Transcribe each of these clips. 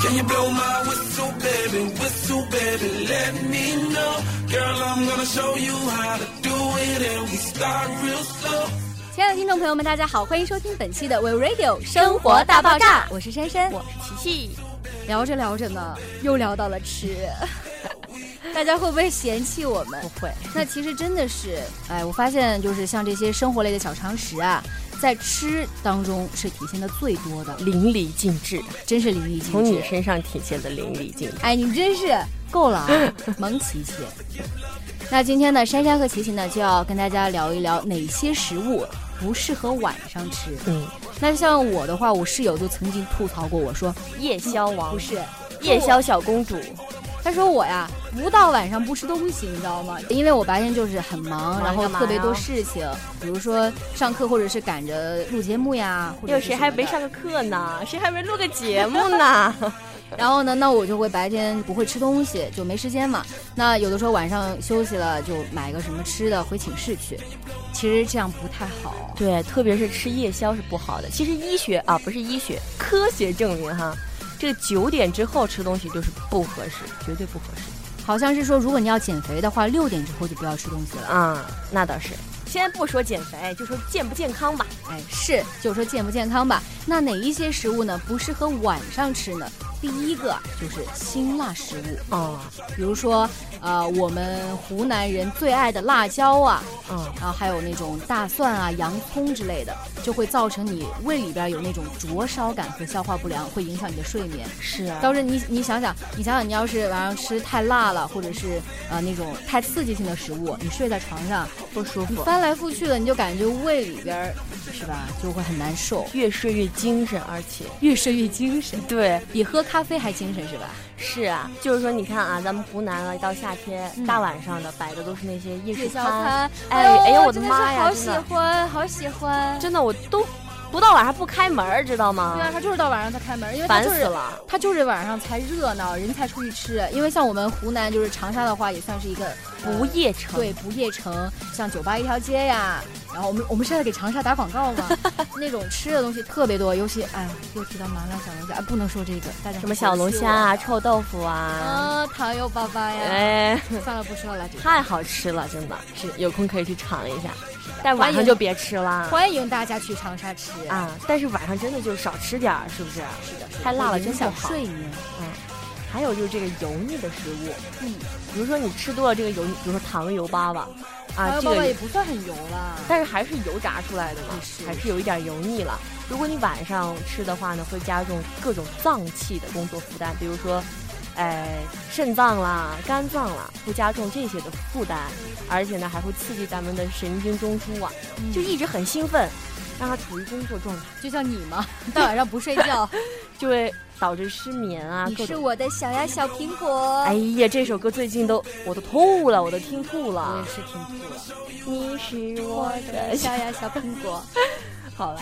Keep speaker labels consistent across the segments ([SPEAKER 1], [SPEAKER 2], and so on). [SPEAKER 1] Can you blow my whistle, baby? Whistle, baby, let me know. Girl, I'm gonna show you how to do it, and we start real slow.
[SPEAKER 2] 亲爱的听众朋友们，大家好，欢迎收听本期的 We Radio 生活大爆炸，我是珊珊。
[SPEAKER 3] 我是琪琪，
[SPEAKER 2] 聊着聊着呢，又聊到了 吃，大家会不会嫌弃我们
[SPEAKER 3] 不？会，
[SPEAKER 2] 那其实真的是，哎，我发现就是像这些生活类的小常识啊，在吃当中是体现的最多的，
[SPEAKER 3] 淋漓尽致的，
[SPEAKER 2] 真是淋漓尽致。
[SPEAKER 3] 从你身上体现的淋漓尽致。
[SPEAKER 2] 哎，你真是够了 啊，萌琪琪。那今天呢，珊珊和琪琪呢就要跟大家聊一聊哪些食物不适合晚上吃。
[SPEAKER 3] 嗯，
[SPEAKER 2] 那像我的话，我室友就曾经吐槽过我说，
[SPEAKER 4] 夜宵王
[SPEAKER 2] 不、是
[SPEAKER 4] 夜宵小公主，
[SPEAKER 2] 他说我呀，不到晚上不吃东西，你知道吗？因为我白天就是很忙，
[SPEAKER 4] 忙
[SPEAKER 2] 然后
[SPEAKER 4] 干嘛
[SPEAKER 2] 特别多
[SPEAKER 4] 呀
[SPEAKER 2] 事情，比如说上课或者是赶着录节目呀，或者
[SPEAKER 4] 有
[SPEAKER 2] 是
[SPEAKER 4] 谁
[SPEAKER 2] 什
[SPEAKER 4] 还
[SPEAKER 2] 么
[SPEAKER 4] 没
[SPEAKER 2] 的
[SPEAKER 4] 上个课呢？ 谁还没录个节目呢？
[SPEAKER 2] 然后呢，那我就会白天不会吃东西，就没时间嘛。那有的时候晚上休息了，就买个什么吃的回寝室去。其实这样不太好。
[SPEAKER 4] 对，特别是吃夜宵是不好的。其实医学啊，不是医学，科学证明哈，这个九点之后吃东西就是不合适，绝对不合适
[SPEAKER 2] 好像是说，如果你要减肥的话，六点之后就不要吃东西了。
[SPEAKER 4] 啊、那倒是。先不说减肥，就说健不健康吧。
[SPEAKER 2] 哎，是，就说健不健康吧。那哪一些食物呢不适合晚上吃呢？第一个就是辛辣食物，
[SPEAKER 4] 哦，
[SPEAKER 2] 比如说，呃，我们湖南人最爱的辣椒啊，
[SPEAKER 4] 嗯，
[SPEAKER 2] 然后还有那种大蒜啊、洋葱之类的，就会造成你胃里边有那种灼烧感和消化不良，会影响你的睡眠。
[SPEAKER 4] 是啊。
[SPEAKER 2] 到时候你你想想，你想想，你要是晚上吃太辣了，或者是呃那种太刺激性的食物，你睡在床上
[SPEAKER 4] 不舒
[SPEAKER 2] 你
[SPEAKER 4] 服，
[SPEAKER 2] 翻来覆去的，你就感觉胃里边儿是吧，就会很难受，
[SPEAKER 4] 越睡越精神，而且
[SPEAKER 2] 越睡越精神，
[SPEAKER 4] 对，
[SPEAKER 2] 比喝咖啡还精神是 吧？
[SPEAKER 4] 是啊，就是说你看啊，咱们湖南啊，一到夏天、
[SPEAKER 2] 嗯
[SPEAKER 4] 大晚上的摆的都是那些夜市
[SPEAKER 2] 夜宵
[SPEAKER 4] 摊，
[SPEAKER 2] 餐，
[SPEAKER 4] 哎
[SPEAKER 2] 呦
[SPEAKER 4] 哎呀我的
[SPEAKER 2] 真是
[SPEAKER 4] 妈呀
[SPEAKER 2] 好
[SPEAKER 4] 真
[SPEAKER 2] 喜
[SPEAKER 4] 的
[SPEAKER 2] 欢，好喜欢。
[SPEAKER 4] 真的我都不到晚上不开门儿，知道吗？
[SPEAKER 2] 对啊，他就是到晚上才开门，因为他
[SPEAKER 4] 烦
[SPEAKER 2] 就是
[SPEAKER 4] 死了。
[SPEAKER 2] 它就是晚上才热闹，人才出去吃。因为像我们湖南，就是长沙的话，也算是一个
[SPEAKER 4] 不夜城，
[SPEAKER 2] 对不夜城，像酒吧一条街呀。然后我们我们是在给长沙打广告 吗？那种吃的东西特别多，尤其哎呀，又提到麻辣小龙虾，哎，不能说这个，大家
[SPEAKER 4] 什么小龙虾啊、臭豆腐啊，
[SPEAKER 2] 啊、糖油粑粑呀，
[SPEAKER 4] 哎，
[SPEAKER 2] 算了不说了，这个
[SPEAKER 4] 太好吃了，真的是有空可以去尝一下，但晚
[SPEAKER 2] 欢
[SPEAKER 4] 上
[SPEAKER 2] 迎
[SPEAKER 4] 就别吃了
[SPEAKER 2] 欢迎大家去长沙吃，
[SPEAKER 4] 啊。但是晚上真的就少吃点儿，是不是？
[SPEAKER 2] 是的，
[SPEAKER 4] 太辣了
[SPEAKER 2] 影
[SPEAKER 4] 真
[SPEAKER 2] 响
[SPEAKER 4] 不好
[SPEAKER 2] 睡眠。
[SPEAKER 4] 还有就是这个油腻的食物，
[SPEAKER 2] 嗯，
[SPEAKER 4] 比如说你吃多了这个油腻，比如说糖油粑粑
[SPEAKER 2] 糖
[SPEAKER 4] 啊，
[SPEAKER 2] 油
[SPEAKER 4] 这
[SPEAKER 2] 粑粑
[SPEAKER 4] 个
[SPEAKER 2] 也不算很油了，
[SPEAKER 4] 但是还是油炸出来的嘛，
[SPEAKER 2] 是
[SPEAKER 4] 还是有一点油腻了。如果你晚上吃的话呢，会加重各种脏器的工作负担，比如说，哎，肾脏啦、肝脏啦，会加重这些的负担，而且呢，还会刺激咱们的神经中枢啊，
[SPEAKER 2] 嗯
[SPEAKER 4] 就一直很兴奋，让他处于工作状态，
[SPEAKER 2] 就像你嘛，到 晚上不睡 觉，
[SPEAKER 4] 就会导致失眠啊，
[SPEAKER 2] 你
[SPEAKER 4] 各
[SPEAKER 2] 是
[SPEAKER 4] 种。
[SPEAKER 2] 我的小呀小苹果。
[SPEAKER 4] 哎呀，这首歌最近都我都吐了，我都听吐
[SPEAKER 2] 我也
[SPEAKER 4] 了。
[SPEAKER 2] 是挺吐了。
[SPEAKER 4] 你是我的小，
[SPEAKER 2] 呀小苹 果，
[SPEAKER 4] 好了，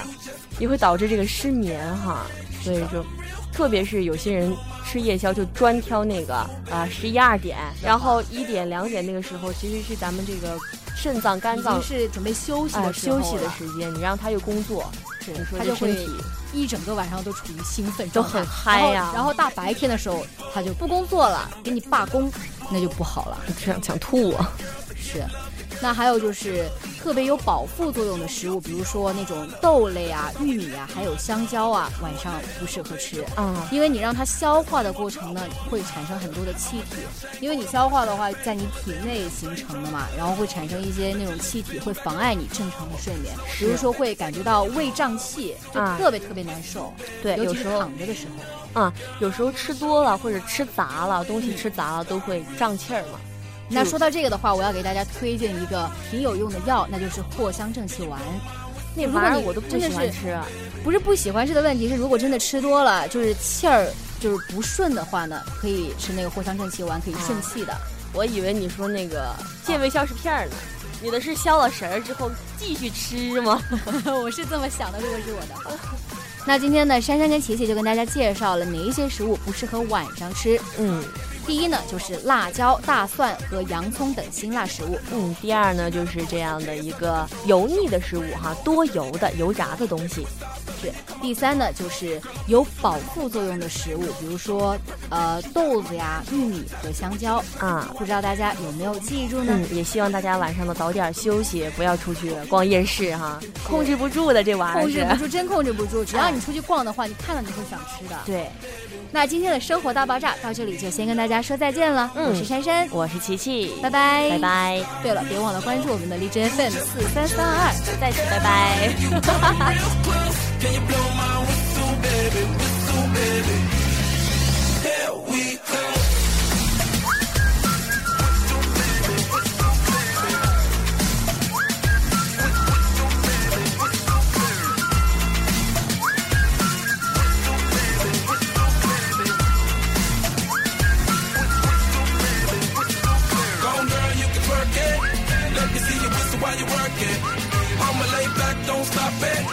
[SPEAKER 4] 也会导致这个失眠哈。所以说，特别是有些人吃夜宵就专挑那个啊十一二点，然后一点两点那个时候，其实是咱们这个肾脏肝
[SPEAKER 2] 已
[SPEAKER 4] 脏
[SPEAKER 2] 经是准备休息
[SPEAKER 4] 啊、
[SPEAKER 2] 的时候
[SPEAKER 4] 休
[SPEAKER 2] 了
[SPEAKER 4] 息的时间，你让他又工作，
[SPEAKER 2] 是
[SPEAKER 4] 你说
[SPEAKER 2] 他
[SPEAKER 4] 这
[SPEAKER 2] 就
[SPEAKER 4] 身
[SPEAKER 2] 会
[SPEAKER 4] 体
[SPEAKER 2] 一整个晚上都处于兴奋
[SPEAKER 4] 都
[SPEAKER 2] 状态，
[SPEAKER 4] 很嗨呀、
[SPEAKER 2] 然后然后大白天的时候他就不工作了，给你罢工，那就不好了。
[SPEAKER 4] 这样想吐啊！
[SPEAKER 2] 是，那还有就是特别有饱腹作用的食物，比如说那种豆类啊、玉米啊，还有香蕉啊，晚上不适合吃。
[SPEAKER 4] 啊、
[SPEAKER 2] 因为你让它消化的过程呢，会产生很多的气体，因为你消化的话，在你体内形成的嘛，然后会产生一些那种气体，会妨碍你正常的睡眠，比如说会感觉到胃胀气，就
[SPEAKER 4] 啊
[SPEAKER 2] 特别特别难受，
[SPEAKER 4] 对，
[SPEAKER 2] 尤
[SPEAKER 4] 有
[SPEAKER 2] 其是
[SPEAKER 4] 时候
[SPEAKER 2] 躺着的时候，
[SPEAKER 4] 啊有时候吃多了或者吃杂了，东西吃杂了都会胀气儿嘛。
[SPEAKER 2] 那说到这个的话，我要给大家推荐一个挺有用的药，那就是藿香正气丸。
[SPEAKER 4] 那
[SPEAKER 2] 如果
[SPEAKER 4] 玩意儿
[SPEAKER 2] 你
[SPEAKER 4] 我都不
[SPEAKER 2] 真的
[SPEAKER 4] 喜欢
[SPEAKER 2] 是
[SPEAKER 4] 吃。啊
[SPEAKER 2] 不是不喜欢吃的问题，是如果真的吃多了，就是气儿就是不顺的话呢，可以吃那个藿香正气丸，可以顺气的。
[SPEAKER 4] 我以为你说那个健胃消食片儿呢，你的是消了食儿之后继续吃吗？
[SPEAKER 2] 我是这么想的，这个是我的。 那今天呢，珊珊跟琪琪就跟大家介绍了哪一些食物不适合晚上吃。
[SPEAKER 4] 嗯
[SPEAKER 2] 第一呢，就是辣椒、大蒜和洋葱等辛辣食物。
[SPEAKER 4] 嗯。第二呢，就是这样的一个油腻的食物哈，多油的油炸的东西。
[SPEAKER 2] 质。第三呢，就是有饱腹作用的食物，比如说呃豆子呀、玉米和香蕉。
[SPEAKER 4] 啊。
[SPEAKER 2] 不知道大家有没有记住呢？
[SPEAKER 4] 嗯，也希望大家晚上呢早点休息，不要出去逛夜市哈，控制不住的这玩意儿
[SPEAKER 2] 控制
[SPEAKER 4] 是
[SPEAKER 2] 不。住，真控制不住。只要你出去逛的话，你看到你会想吃的。
[SPEAKER 4] 对，
[SPEAKER 2] 那今天的生活大爆炸到这里就先跟大家说再见了。
[SPEAKER 4] 嗯
[SPEAKER 2] 我是珊珊，
[SPEAKER 4] 我是琪琪，
[SPEAKER 2] 拜拜
[SPEAKER 4] 拜。拜，
[SPEAKER 2] 对了，别忘了关注我们的荔枝 FM 四三三二。
[SPEAKER 4] 再次拜拜。
[SPEAKER 1] real close. Can you blow my whistle, baby? Whistle, baby. Here we go. Go on, girl, you can twerk it. Let me see you whistle while you work it. I'ma lay back, don't stop it.